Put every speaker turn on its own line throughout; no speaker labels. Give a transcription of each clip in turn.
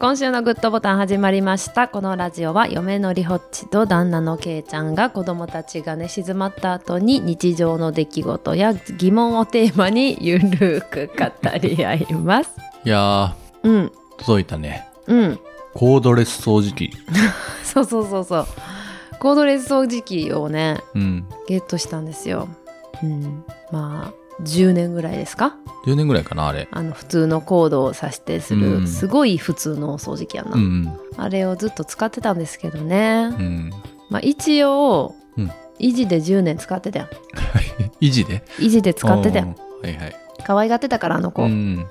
今週のグッドボタン始まりましたこのラジオは嫁のりほっちと旦那のけいちゃんが子供たちが寝静まった後に日常の出来事や疑問をテーマにゆるーく語り合います
いや
うん
ー、届いたね。
うん
コードレス掃除機。
そうそうそうそうコードレス掃除機をね
うん。
ゲットしたんですようんまあ10年ぐらいですか
10年ぐらいかな、あれ。
あの普通のコードを指してする、
うん
すごい普通のお掃除機やな、
うん
あれをずっと使ってたんですけどね
うん。うん。
まあ、一応、
うん
維持で10年使ってたやん
維持で
維持で使ってたや
うん
ん
はいはい。
可愛がってたからあの子、
う
うん
ん。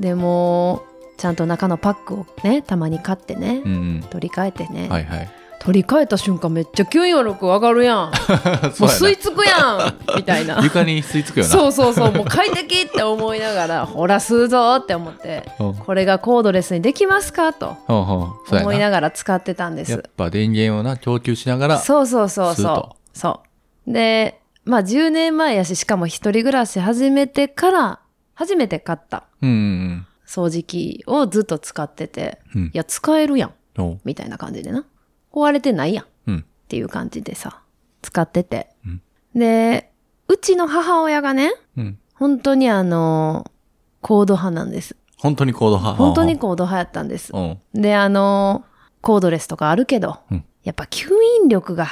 でもちゃんと中のパックをねたまに買ってね、
うん。
取り替えてね、
は いはい。
取り替えた瞬間めっちゃ吸引力上がるやんもう
そ
吸
う
い
や
付くやんみた いな
な。床に吸い付くよな。
そうそうそうもう快適って思いながらほら吸うぞって思って
うん。
これがコードレスにできますかと
ほうほうそうや
思い
な。
ながら使ってたんで
やっ
す
ぱ電源をな、供給しながら。
そうそうそう
する
そ
と
う。そう。で、まあ10年前やし、しかも一人暮らし始めてから、初めて買った
うんうん
掃除機をずっと使ってて、
うん。うん
い。や、使えるやん、
おう
みたいな感じでな。壊れてないやん、っ
うん。
ていう感じでさ、使ってて。
うん
で、うちの母親がね、
うん。
本当にあの、コード派なんです。
本当にコード派。
本当にコード派やったんです。
うん。
で、あの、コードレスとかあるけど、
うん
やっぱ吸引力 が、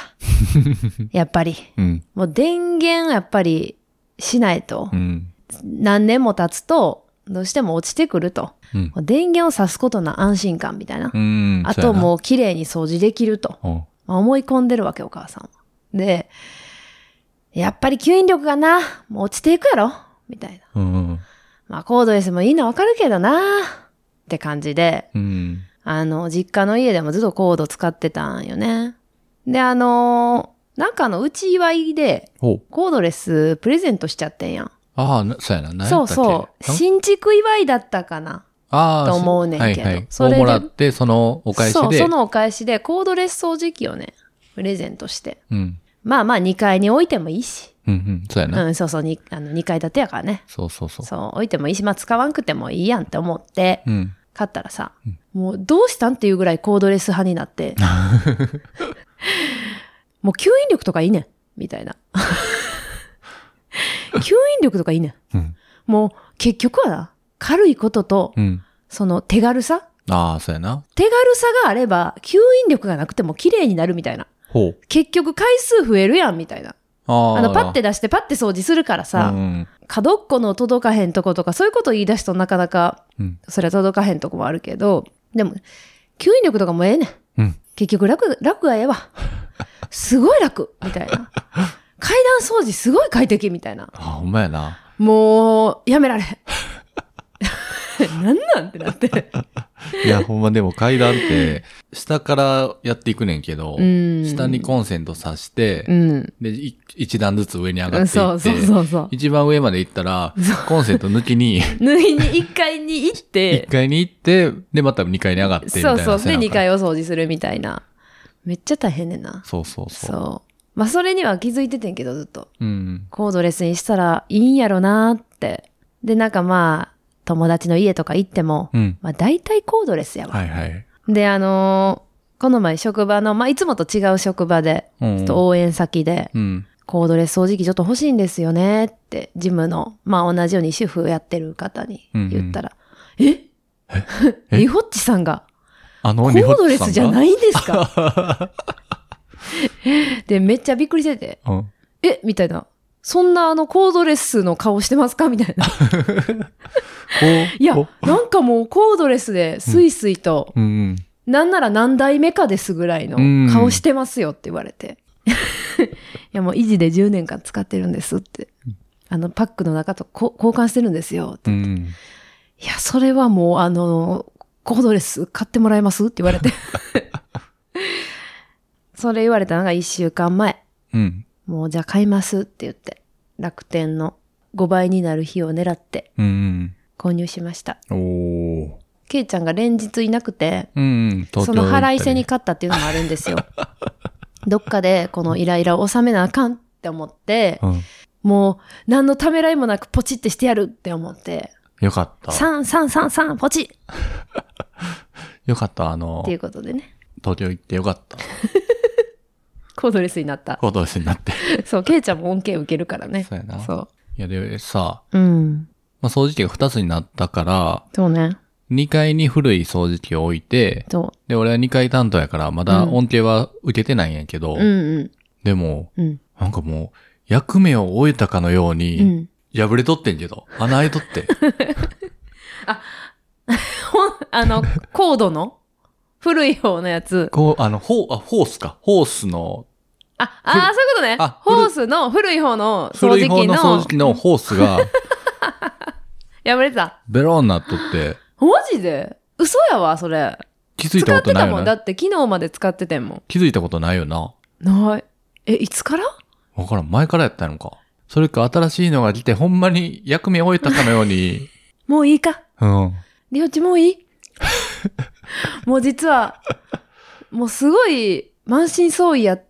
やっぱり、
うん。
もう電源やっぱりしないと
う、ん。
何年も経つと、どうしても落ちてくると。
うん。
もう電源を挿すことの安心感みたいな
う。ん。
あ
そうや
と
な
もう綺麗に掃除できると。
おう。
まあ思い込んでるわけ、お母さんは。で、やっぱり吸引力がな、もう落ちていくやろみたいな。
うんうん。
まあコードレスもいいのわかるけどなって感じで、
うん。
あの、実家の家でもずっとコード使ってたんよね。で、あのーなんかあの、うち祝いで、
おう。
コードレスプレゼントしちゃってんやん。
ああ、なそうやな。何やった
そ
っ
う
け
そう。
なん
新築祝いだったかな。
ああ
と思うねんけど
はいはい、
それで
をもらって、そのお返しで。
そう、そのお返しでコードレス掃除機をね、プレゼントして。
うん。
まあまあ2階に置いてもいいし。
うんうん。そうや
う
な。
ん、そうそう、にあの2階建てやからね。
そうそうそう。
そう、置いてもいいし、まあ使わんくてもいいやんって思って、
うん。
買ったらさ
うん、
もうどうしたんっていうぐらいコードレス派にな って。もう吸引力とかいいねん。みたい な。吸引力とかいいね
うん。
ん。もう結局はな、軽いことと、
うん。
その手軽さ
ああ、そうやな。
手軽さがあれば吸引力がなくても綺麗になるみたいな
ほう。
結局回数増えるやんみたいな
ああ。
あのパッて出してパッて掃除するからさ、
うん。
角っこの届かへんとことかそういうこと言い出すとなかなか
うん。
それは届かへんとこもあるけどでも吸引力とかもええねん
うん。
結局楽楽がええわすごい楽みたいな階段掃除すごい快適みたいな
ああ、ほんまやな。
もうやめられ へんなんなんってなって
いや、ほんまでも階段って、下からやっていくねんけど、
うん
下にコンセント挿して、
うん
で、い一段ずつ上に上がっていって、
そうそうそうそう
一番上まで行ったら、コンセント抜 きに、
脱いに1階に行っ
一
て
階に行って、で、また二階に上がって、みたい
そ
な
うそうで2
階。
階を掃除するみたいなめっちゃ大変ねんな
そうそう
そう
そう。
まあそれには気づいててんけどずっと
うん。
コードレスにしたらいいんやろなーってでなんかまあ友達の家とか行っても、
うん。
まあ大体コードレスやわ、
はいはい。
であのーこの前職場の、まあ、いつもと違う職場で
うん
ちょっと応援先で、
うん。
コードレス掃除機ちょっと欲しいんですよねって、ジムの、まあ同じように主婦やってる方に言ったら、え
え
リホッチさんが
あの、
コ
リホ
ー
ッチさん
ドレスじゃ
い
ないんですか で、めっちゃびっくりしてて、
うん。
えみたいな。そんなあのコードレスの顔してますかみたいな。いや
こ、
なんかもうコードレスでスイスイと、
ううん。
なんなら何代目かですぐらいの
うん
顔してますよって言われて。 いやもう維持で10年間使ってるんですって。あのパックの中とこ交換してるんですよって。
うん。
いや、それはもうあの、コードレス買ってもらえますって言わ れて。それ言われたのが1週間前。
うん。
もうじゃあ買いますって言って。楽天の5倍になる日を狙って
うん。
購入しました。
おお。
ケイちゃんが連日いなくて、
うん。東京
その腹いせに
行っ
勝ったっていうのもあるんですよ。 どっかでこのイライラを収めなあかんって思って
た、りね
もう何のためらいもなくポチってしてやるって思って、
うん。よかった。
3、3、3、3、ポチ
よかった、あの
ってい、うことでね
東京行ってよかった。
コードレスになった
コードレスになって。
そうケイちゃんも恩恵受けるからね
そうやな。
そ
いや、で、さ、
ううん
まあ、掃除機が2つになったから、
そうね
2階に古い掃除機を置いて、
そ
で、俺は2階担当やから、まだ恩恵は受けてないんやけど、
ううんうん
でも、
うん
なんかもう、役目を終えたかのよう
う
に、
ん
破れとってんけど、穴開いとって。
ほんあの、コードの古い方のやつ。
こう、あの、ホー、あ、ホースか。ホースの、
あ、あーそういうことね
あ。
ホ
古い
ースの古い方の掃
古い
除
方
機
の掃
の
除機のホースが、
破れてた。
ベロンなっとって、
マジで嘘やわ、それ。
気づい
使
た
っ
こと
て
な
た
い
も
よ
ん。だ
な。
って昨日まで使っててんも
気づいたことないよな。
ん。ない。え、いつから
わからん。前からやったのか。それか新しいのが来て、ほんまに役目終えたかのよう に、
もういいか。
うん。
りょうちもう いいもう実は、もうすごい満身創痍やっ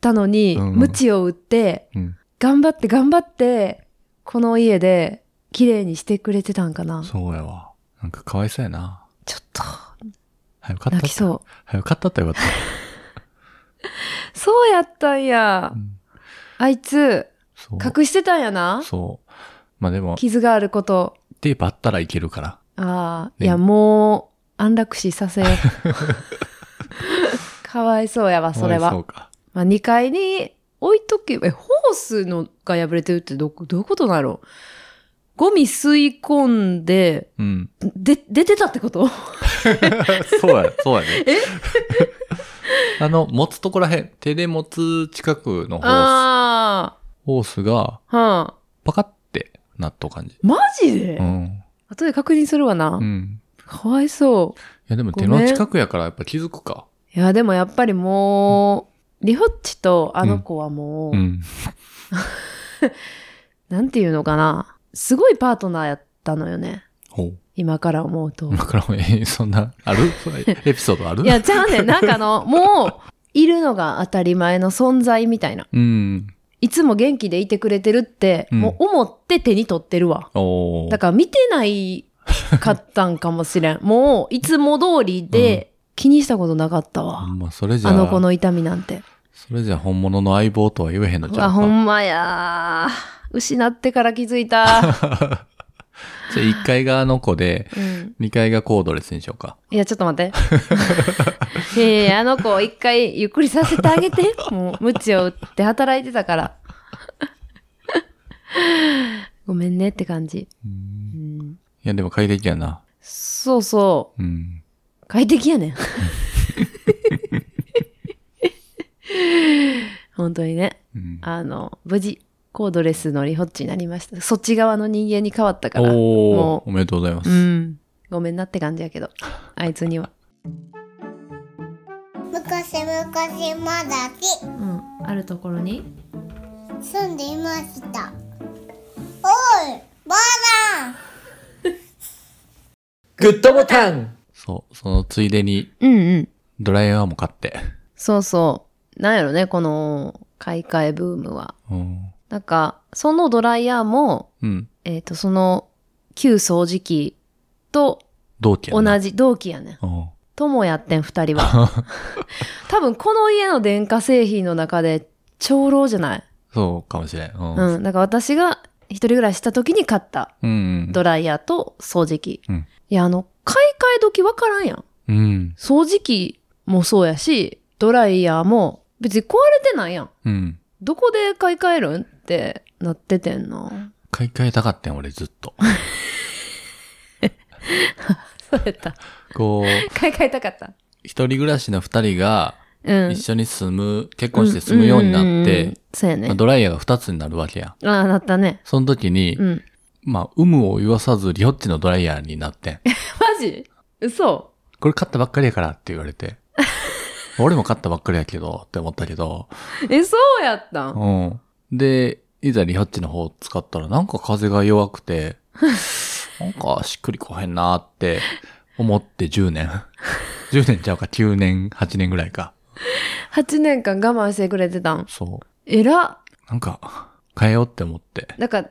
たのに、
うん
無知を打って、
うん。
頑張って頑張って、この家で綺麗にしてくれてたんかな。
そうやわ。なんかかわいそうやな。
ちょっと、
はよかった。
泣きそう。
はよかったったよかった。
そうやったんや
う。ん
あいつ、
そう。
隠してたんやな。
そう。まあでも、
傷があること。
テープあったらいけるから。
ああ、
ね
いや、もう、安楽死させ よう。かわいそうやわ、それ
かわいそ
は。
うか。
まあ、2階に置いとけば、え、ホースのが破れてるってどこ、どういうことなのゴミ吸い込んで、
うん。
で、出てたってこと
そうや、そうやね。あの、持つとこらへん、手で持つ近くのホース、
あ
ホースが
あ、はあ。
パカってなった感じ。
マジで、
うん。
後で確認するわな。
うん。
かわいそう。
いやでも
ご
手
めん
の近くやからやっぱ気づくか。
いや、でもやっぱりもう、リホッチとあの子はもう、
うん。
なんていうのかな、すごいパートナーやったのよね。
ほう。
今から思うと。
今からも、えーそんな、あるエピソードある
いや、ちゃうねん。なんかあの、もう、いるのが当たり前の存在みたいな。
うん。
いつも元気でいてくれてるって、
うん
もう思って手に取ってるわ。
おー
だから見てないかったんかもしれん。 もう、いつも通りで、気にしたことなかったわ。
ほんま、それじゃ
あ
あ、
の子の痛みなんて。
それじゃ本物の相棒とは言えへんの
う
じゃ
わ、
ん
ほ
か。
んまやー。失ってから気づい た。
じゃあ1階があの子で、
うん
2階がコードレスにしようか。
いや、ちょっと待 って。いやいやあの子を一回ゆっくりさせてあげ て。もう、無知を打って働いてたから。 ごめんねって感じ。
うん
うん
いや、でも快適やな。
そうそ
う
う。
ん。
快適やねん。 本当にね。
うん、
あの、無事、コードレスのリホッチになりました。そっち側の人間に変わったから。
お
も
ーおめでとうございます。
うん。ごめんなって感じやけど。あいつ には。
昔昔まだ
う
し
ん。あるところに
住んでいましたおいばあさん
グッドボタン
そう、そのついでに
うんうん。
ドライヤーも買って。
そうそう。なんやろね、この買い替えブームは。
うん。
なんか、そのドライヤーも、
うん。
えっ、と、その旧掃除機と
同期やな。
同じ同期やねん。
同じ。
ともやってん、二人は。多分、この家の電化製品の中で、長老じゃない
そうかもしれん。うん。うん
うん。だから私が一人暮らしした時に買った
うん。
ドライヤーと掃除機。
うん
いや、あの、買い替え時わからんやん。
うん。
掃除機もそうやし、ドライヤーも別に壊れてないやん。
うん。
どこで買い替えるんってなっててんな。
買い替えたかったん、俺ずっ と。
そうやった。
こう、
買い替えたかった。
一人暮らしの二人が
うん。
一緒に住む、結婚して住むようになっ
んんうんう
て
ん、そうやね。
まあドライヤーが二つになるわけや。
ああ、なったね。
その時に
う、ん。
まあ、有無を言わさず、リホッチのドライヤーになってん。
マジ嘘
これ買ったばっかりやからって言われ て。俺も買ったばっかりやけどって思ったけど、
え、そうやったん
うん。で、いざリハッチの方使ったらなんか風が弱 くて、なんかしっくりこへんなーって思って10年。10年ちゃうか、9年、8年ぐらいか。
?8 年間我慢してくれてたん。
そう。
えら。
なんか、変えようって思って。
なんか、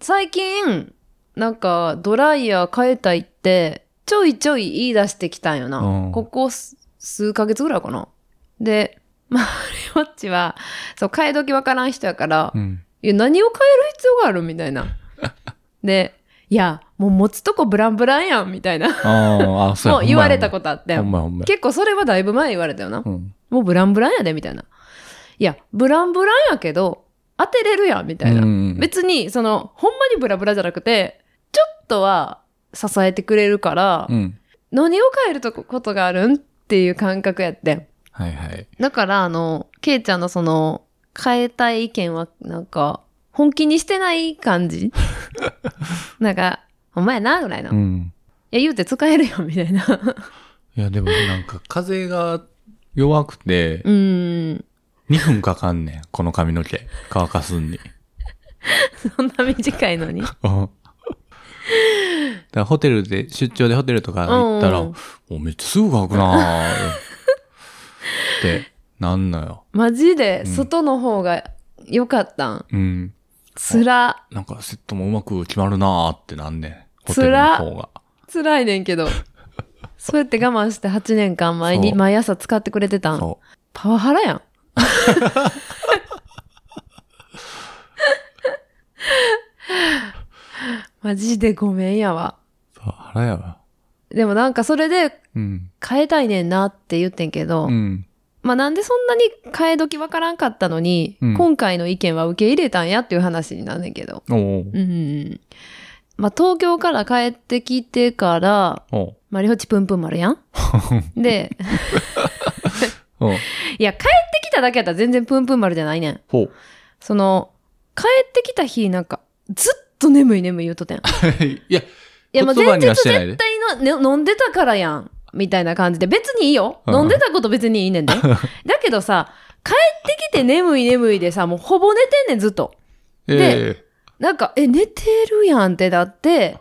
最近、なんか、ドライヤー変えたいって、ちょいちょい言い出してきたんよな。
うん
ここす数ヶ月ぐらいかな。で、まあ、リホッチは、そう、替え時わからん人やから、
うん。
いや、何を変える必要があるみたい な。で、いや、もう持つとこブランブランやんみたいな。
あーあ、そうや
もう言われたこととあって
ほんまやほんまや。
結構それはだいぶ前言われたよな。
うん。
もうブランブランやで、みたいな。いや、ブランブランやけど、当てれるやん、みたいな。
うん
別に、その、ほんまにブラブラじゃなくて、ちょっとは支えてくれるから、
うん。
何を変えるとこことがあるんっていう感覚やってん。
はいはい。
だから、あの、ケイちゃんのその、変えたい意見は、なんか、本気にしてない感 じなんか、ほんまやな、ぐらいの。
う
い
ん。
や、言うて使えるよ、みたいな。
いや、でもなんか風が弱くて、
うん。
2分かかんねん。この髪の毛。乾かすんに。
そんな短いのに。
うんだからホテルで、出張でホテルとか行ったら、
うんうん
もうめっちゃすぐ乾くなぁ。って、なんのよ。
マジで、
うん
外の方が良かったん。
うん。
つら、
なんかセットもうまく決まるなぁってなんねん。ホテルの方が。
つらいねんけど。そうやって我慢して8年間毎
そ
日、
う
毎朝使ってくれてたん。
そ
パワハラやん。 マジでごめんやわ。
う。そう腹やわ。
でもなんかそれで
うん。
変えたいねんなって言ってんけど、
うん。
まあなんでそんなに変え時わからんかったのに、
うん
今回の意見は受け入れたんやっていう話になんねんけど。
おう
うん。まあ、東京から帰ってきてから、
おう。
マリホチプンプン丸 やん。で、
おう。
いや、帰ってきただけやったら全然プンプン丸じゃないねん。
ほう。
その、帰ってきた日なんか、ずっと眠い眠い言うとってん。 い
いや、
や、もう
言葉
前
には
日
してないで
絶対の、ね飲んでたからやん。みたいな感じで、別にいいよ。
うん
飲んでたこと別にいいねん で。だけどさ、帰ってきて眠い眠いでさ、もうほぼ寝てんねん、ずっと。で
ええ
なんか、え、寝てるやんってだって、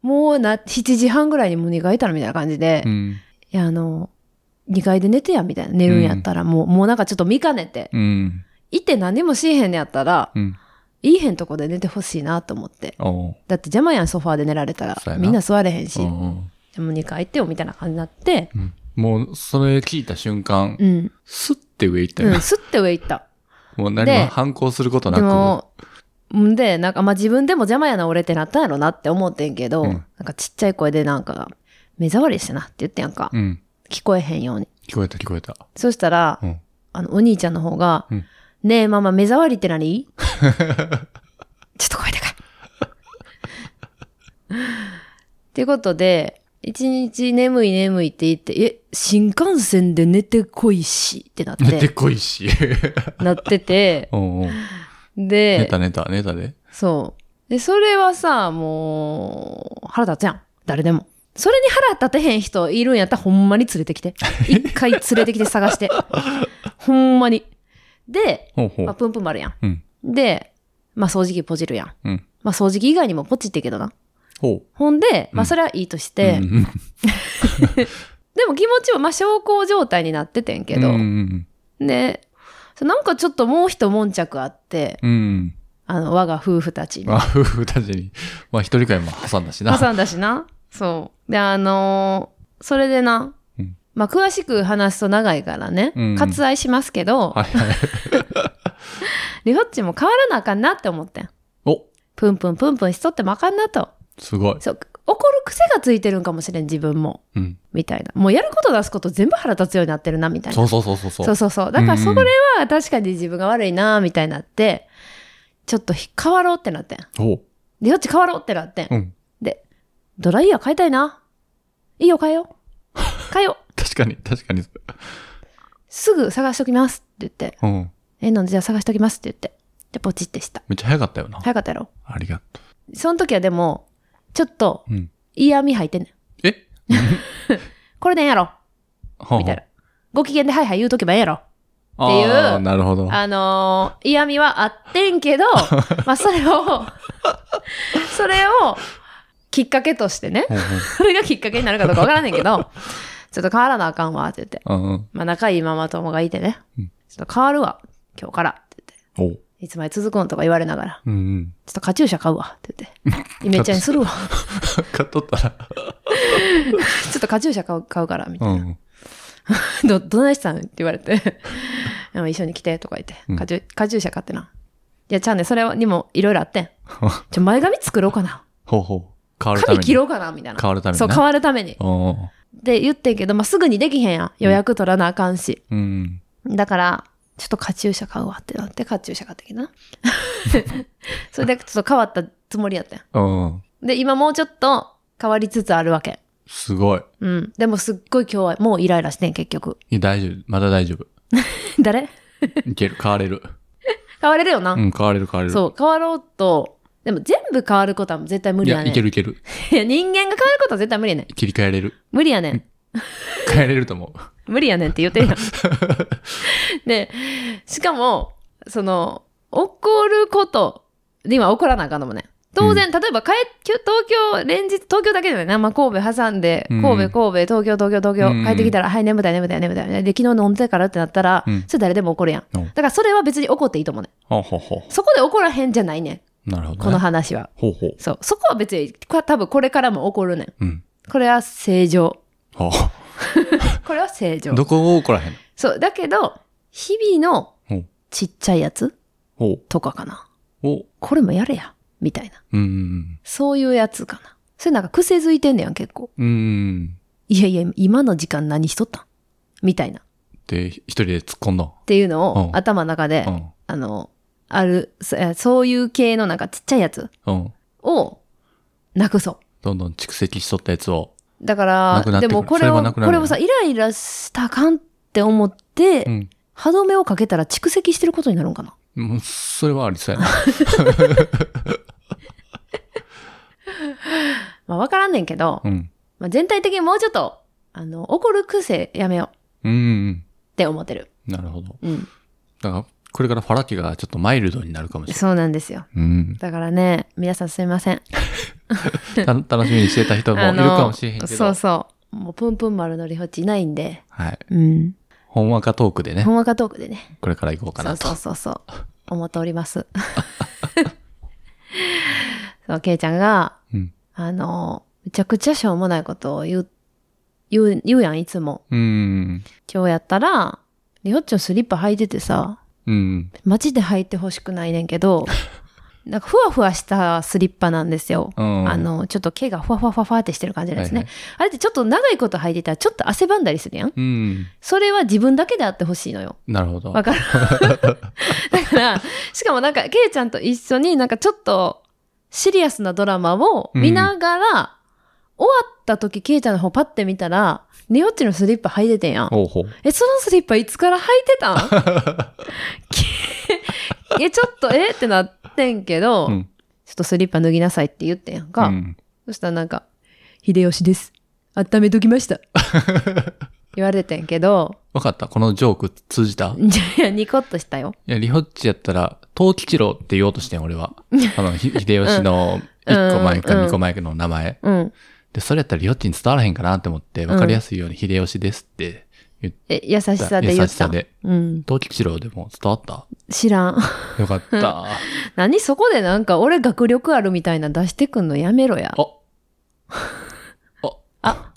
もうな、7時半ぐらいにもう2階いたらみたいな感じで、
う
い
ん。
や、あの、2階で寝てやみたいな、寝るんやったら、もう、もうなんかちょっと見かねて、
うん。
いて何もしへんねやったら、
うん。
いいへんとこで寝てほしいなと思って。
おう。
だって邪魔やん、ソファーで寝られたら
そう。やな
みんな座れへんし、
う
で
んうん
も2階行ってよみたいな感じになって、
うんもう、それ聞いた瞬間
う、ん、
スッて上行ったよ
う、
なん
すって上行った。
もう何
で
も反抗することな
で
く。
も、んで、なんか、まあ、自分でも邪魔やな、俺ってなったんやろなって思ってんけど、
うん
なんかちっちゃい声でなんか、目障りしてなって言ってんやんか。
うん。
聞こえへんように。
聞こえた聞こえた。
そしたら、
うん
あの、お兄ちゃんの方が、
うん
ねえ、ママ、目障りって 何ちょっと声高い。ってことで、一日眠い眠いって言って、え、新幹線で寝てこいしってなっ
寝
て、
てこいし。
なってて、
うんうん。寝
で、
た寝た寝たで。
そう。で、それはさ、もう、腹立つやん。誰でも。それに腹立てへん人いるんやったらほんまに連れて きて。一回連れてきて探して。ほんまに。で、
ほうほ
まあ、
う。
プンプン丸や
うん。
ん。で、まあ掃除機ポチるやん。
うん。
まあ掃除機以外にもポチってけどな。
ほ
ほんで、まあ
うん
それはいいとし
う。
て、
うんうん
でも気持ちはまあ昇降状態になっててんけど、
うんうん
で、そうなんかちょっともう一悶着あって、
うん。うん。
あの、我が夫婦たちに。
まあ、夫婦たちに、まあ、一人会も挟んだしな。
挟んだしな。そう。で、あのーそれでな、
うん
まあ、詳しく話すと長いからね、
うん
割愛しますけど、
はいはい。
リホッチも変わらなあかんなって思ってん。
お、
プンプンプンプンしとってもあかんなと。
すごい。
そう、怒る癖がついてるんかもしれん、自分も。
うん。
みたいな。もうやること出すこと全部腹立つようになってるな、みたいな。
そうそうそうそうそう。
そうそうそう。だから
うん
それは確かに自分が悪いな、みたいになって、ちょっとひ変わろうってなってん。
ほ
リホッチ変わろうってなってん
う。。うん。
で、ドライヤー変えたいな。いいよ、変えよう。変えよう。
確かに、確かに。
すぐ探しときますって言って、
うん。
え、なんでじゃあ探しときますって言って、で、ポチってした。
めっちゃ早かったよな。
早かったやろ
ありがと
その時はでも、ちょっと
う。うん。
嫌味入ってんねん。
え
これでええやろ
ほ
みたいな。ご機嫌ではいはい言うとけばええやろ
って
いう
なるほど。
あのー嫌味はあってん けど、まあそれを、 それをきっかけとしてね、
ほう
それがきっかけになるかどうかわからんねんけど、ちょっと変わらなあかんわって言って。
ほう。うんうん。
まあ仲いいママ友がいてね、
うん
ちょっと変わるわ、今日からって言っ
おう。
て。いつまで続くんとか言われながら。
うんうん。
ちょっとカチューシャ買うわって言って、イメチェンするわ。
買っとったら。
ちょっとカチューシャ買う買うから、みた
う
いな。
ん。
ど、どないしたんって言われて、 でも一緒に来てとか言って
うん、
カジュ、カジューシャ買ってな。いや、ちゃうねん、それにもいろいろあ ってん。ちょ、前髪作ろうかな。
ほうほう。変わるため
髪
に。
切ろうかな、みたいな。
変わるために
そう、
な
変わるために。で、言ってんけど、まあ、すぐにできへんやん。予約取らなあかんし。
うん。うん。
だから、ちょっとカチューシャ買うわってなって、カチューシャ買ってきた な。 それで、ちょっと変わったつもりやったや
うん。
ん。で、今もうちょっと変わりつつあるわけ。
すごい。
うん。でもすっごい今日は、もうイライラしてん、結局。
いや大丈夫。まだ大丈夫。
誰
いける。変われる。
変われるよな。
うん、変われる変われる。
そう、変わろうと、でも全部変わることは絶対無
い
理や
や、
ねん。
いけるいける。
いや人間が変わることは絶対無理やねん。
切り替えれる。
無理やねん。
変えれると思う。
無理やねんって言ってる やん。で、しかも、その、怒ることには怒らなあかんのもんねん。当然、例えば帰、きょ東京、連日、東京だけじゃないな、まあ、神戸挟んで、
うん
神戸、神戸、東京、東京、東京、
うん
帰ってきたら、はい、眠たい、眠たい、眠たい。で、昨日飲んでたからってなったら、
うん
それ誰でも怒るやん。
うん
だから、それは別に怒っていいと思うねん。
ほうほうほ
そこで怒らへんじゃないねん。
う。なるほど、ね。
この話は。
ほうほう。
そう。そこは別に、こ多分これからも起こるねん。
うん。
これは正常。
ほ
これは正常
う。。どこを怒らへん
そう。だけど、日々の
ほう。
ちっちゃいやつ
ほう。
とかかな。
ほう。
これもやれや。みたいな。
うんうん
そういうやつかな。それなんか癖づいてんねやん、結構。
うん。うん。
いやいや、今の時間何しとったんみたいな。っ
で、一人で突っ込んだ。
ていうの
う
を
ん
頭の中で、
うん。
あの、ある、そえそういう系のなんかちっちゃいやつ
うん。
をなくそう。
どんどん蓄積しとったやつを。
だか
なくな
ら、
っ
で
てくる
もこ
それ
れ
は
を、
なくなる
これをさ、イライラしたらあかんって思って、
うん。
歯止めをかけたら蓄積してることになるんかな
もう、それはありそうやな。
まあ分からんねんけど、
うん。
まあ、全体的にもうちょっと、あの、怒る癖やめよう
うんうん。
って思ってる。
なるほど。
うん。
だから、これからファラキがちょっとマイルドになるかもしれ
そうなんですよ。
ない。うん。
だからね、皆さんすいません。
た楽しみにしてた人もい
あ
る
の
かもしれへんけど。
そうそう。もうプンプン丸のりほっちいないんで、
はい。
うん。
ほんわかトークでね
ほ、んわかトークでね。
これから行こうか
そ
な
う
と。
そうそうそう。思っております。 そう、ケイちゃんが、
うん。
あの、めちゃくちゃしょうもないことを言う、言う、言うやん、いつも。
うん。
今日やったら、りほっちのスリッパ履いててさ、
うん。
マジで履いてほしくないねんけ ど、なんかふわふわしたスリッパなんですよ。
うん
あの、ちょっと毛がふわふわふわふわってしてる感じなんですね。
はいは
あれってちょっと長いこと履いてたらちょっと汗ばんだりするやん。
うん。
それは自分だけであってほしいのよ。
なるほど。
わかる だから、しかもなんか、ケイちゃんと一緒になんかちょっとシリアスなドラマを見ながら、終わった時ケイちゃんの方パッて見たら、ネオッチのスリッパ履いててんやん。
ほうほう。
え、そのスリッパいつから履いて たんきえ、ちょっと、えってなってんけど、
うん
ちょっとスリッパ脱ぎなさいって言ってんやんか。
うん。
そしたらなんか、秀吉です。温めときました。 言われてんけど、
わかった。このジョーク通じたい
いやいや、ニコッとしたよ。
や、リホッチやったら、東吉郎って言おうとしてん、俺は。あの、ひ秀吉の1個前か
うん
2個前の名前。
うん。
で、それやったらリホッチに伝わらへんかなって思って、わかりやすいように秀吉ですって言っ。
え、優したさで言
優
っ
しさ
た。
で。
うん。
東吉郎でも伝わった
知らん。
よかった。あ、
何そこでなんか俺学力あるみたいな出してくんのやめろや。
あ、あ、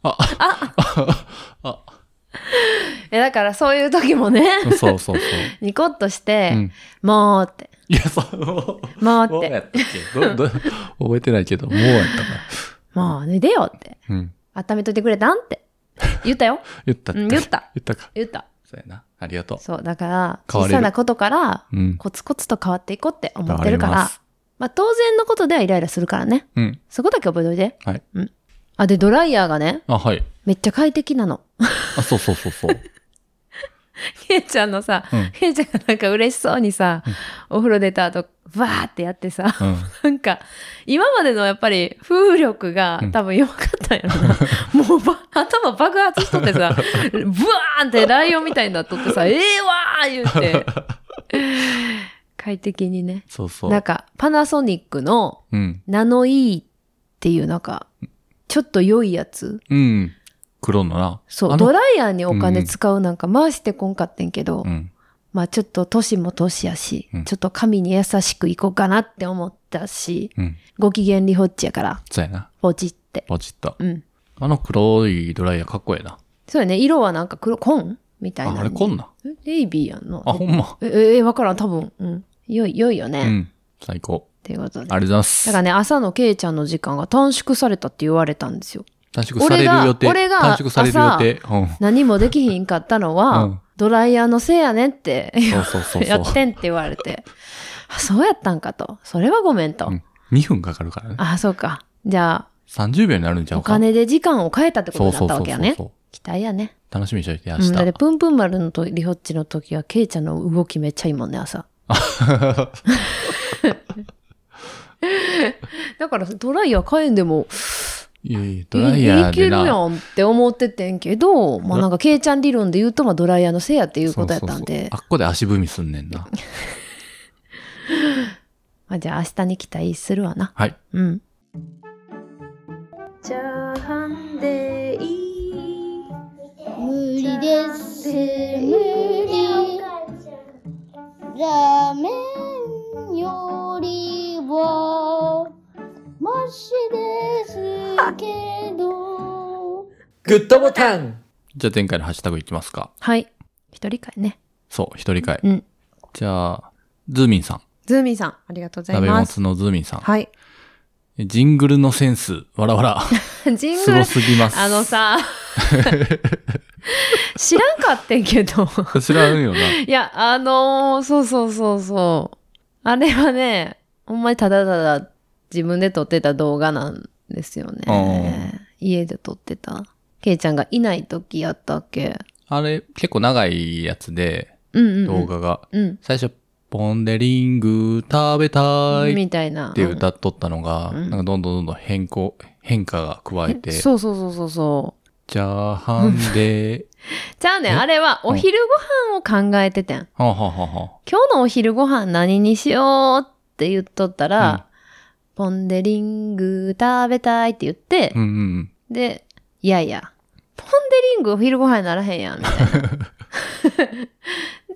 え、だからそういう時もね、
そうそうそう。
ニコッとし
う
て
ん、
もうって、
いや、そう。
もう
も
っ
うや
て、
ったっけどど覚えてないけど、もうやったか
もう脱いでよって。
ら。うん。
温めといてくれたんって。言 ったよ。
言ったっけ
うん言った。
言ったか。
言った。
そうやな。ありがとう。
そう、だから、
変
小
われる
さなことから、
うん。
コツコツと変わっていこうって思ってるか
変わりま
ら
す、
まあ当然のことではイライラするからね。
うん。
そこだけ覚えといて。
はい。
あ、で、ドライヤーがね、
あ、はい。
めっちゃ快適なの。
あ、そうそうそうそう。
ケイちゃんのさ
うん、
ケイちゃんがなんか嬉しそうにさ、お風呂出た後、バーってやってさ、
うん。
なんか、今までのやっぱり風力が
うん
多分弱かったんやろ な。もうば、頭爆発しとってさ、ブワーンってライオンみたいになっとって さ、ええわー言うて。快適にね。
そうそ
なん
う。
か、パナソニックの
うん。
ナノイーっていうなんか、ちょっと良いやつ。
うん。黒のな。
そ
あ
う、
の
ドライヤーにお金使うなんか回してこんかってんけど、
うん。
まあちょっと年も年やし、
うん
ちょっと神に優しくいこうかなって思ったし、
うん。
ご機嫌リホッチやから、
そうやな。
ポチって。
ポチッと。
うん。
あの黒いドライヤーかっこええな。
そうやね。色はなんか黒、紺みたいな。
ああれこんなん。
えレイビーやんの。
あ、ほんま。
え、え、えわからん。多分。うん。良い、良いよね。
う
っ
ん。最高。
ていうことで。
ありがとうございます。
だからね、朝のケイちゃんの時間が短縮されたって言われたんですよ。
短縮される予定。
俺が
短縮される予定。うん。
何もできひんかったのは、
うん
ドライヤーのせいやねって、
そうそうそうそう。
やってんって言われて、あそうやったんかと。それはごめんと。
うん。2分かかるからね。
あ、そうか。じゃ
30秒になるんち
あ、
ゃ
お
うか。
金で時間を変えたってこと
そう
にな
そ
っ
う
た
そ
わ
う
けや
そう
ね。
そう。
期待やね。
楽しみにしといて、明
うん、だって、
日。
プンプン丸のとリホッチの時は、ケイちゃんの動きめっちゃいいもんね、 朝。だから、ドライヤー変えんでも、
いやいや、ドライヤー
いけ
で
るや
な。
んって思っててんけど、まあなんか、ケイちゃん理論で言うと、まあドライヤーのせいやっていうことやったん
そうそうそう
で
あ、っこで足踏みすんねんな。
まあじゃあ明日に期待するわな。
はい。
うん。チャーハンでいい。
無理です無理ラーメンよりはマシですけど
グッドボタン
じゃあ前回のハッシュタグいきますか。
はい。一人会ね。
そう、一人会。
うん
じゃあ、ズーミンさん。
ズーミンさん、ありがとうござい
鍋
ま
も
す。
つのズーミンさん。
はい。
ジングルのセンス、わらわら。
ジン
す
グ
ご
ル、
すぎます。
あの。さ、知らんかってんけど。
知らんよな。
いや、あのーそうそうそうそう。あれはね、ほんまにただただ自分で撮ってた動画なんですよね。家で撮ってた。ケイちゃんがいない時やったっけ
あれ、結構長いやつで、
うんうん、うん。
動。画が。
うん。
最初、ポンデリング食べたいっ
みたいな。
て
うん
歌っとったのが、
うん
なんかどんどんどんどん変更、変化が加えて、チ
そうそうそうそうそう。
ャーハンで、
じゃあねん、
え
あれは
うん
お昼ご飯を考えててん。
はあはあはあはあ
今日のお昼ご飯何にしようって言っとったら、ポンデリング食べたいって言って、
うんうんうん。
で、いやいや、ポンデリングお昼ご飯にならへんやん、みたいな。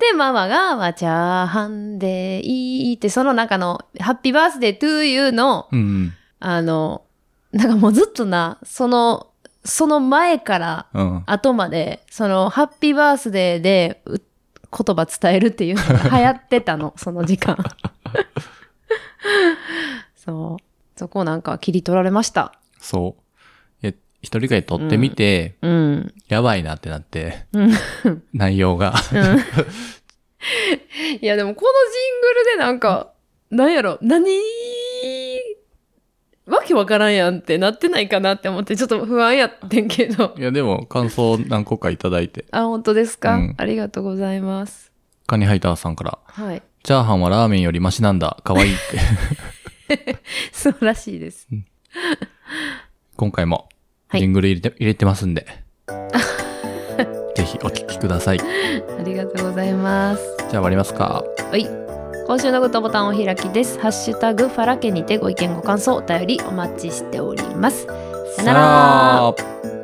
で、ママが、まあ、チャーハンでいいって、その中の、ハッピーバースデートゥーユーの、
うんうん。
あの、なんかもうずっとな、その、その前から
うん。
後まで、その、ハッピーバースデーで、う言葉伝えるっていうのが流行ってたの、その時間。そう。そこをなんか切り取られました。
そう。え、一人会撮ってみて、
うん。
やばいなってなって、
うん。
内容 が。
いや、でもこのジングルでなんか、なんやろ、何、わけわからんやんってなってないかなって思って、ちょっと不安やってんけど。
いや、でも感想何個かいただいて。
あ、本当ですか、
うん
ありがとうございます。
カニハイターさんから、
はい。
チャーハンはラーメンよりマシなんだ。かわいいって。
素晴らしいです。
今回も、
はい
ジングル入れて、入れてます んで。ぜひお聴きください。じゃ
ありがとうございます。
あ終わりますか。
はい。今週のグッドボタンお開きです。ハッシュタグファラ家にてご意見ご感想お便りお待ちしております。さよなら。
ら。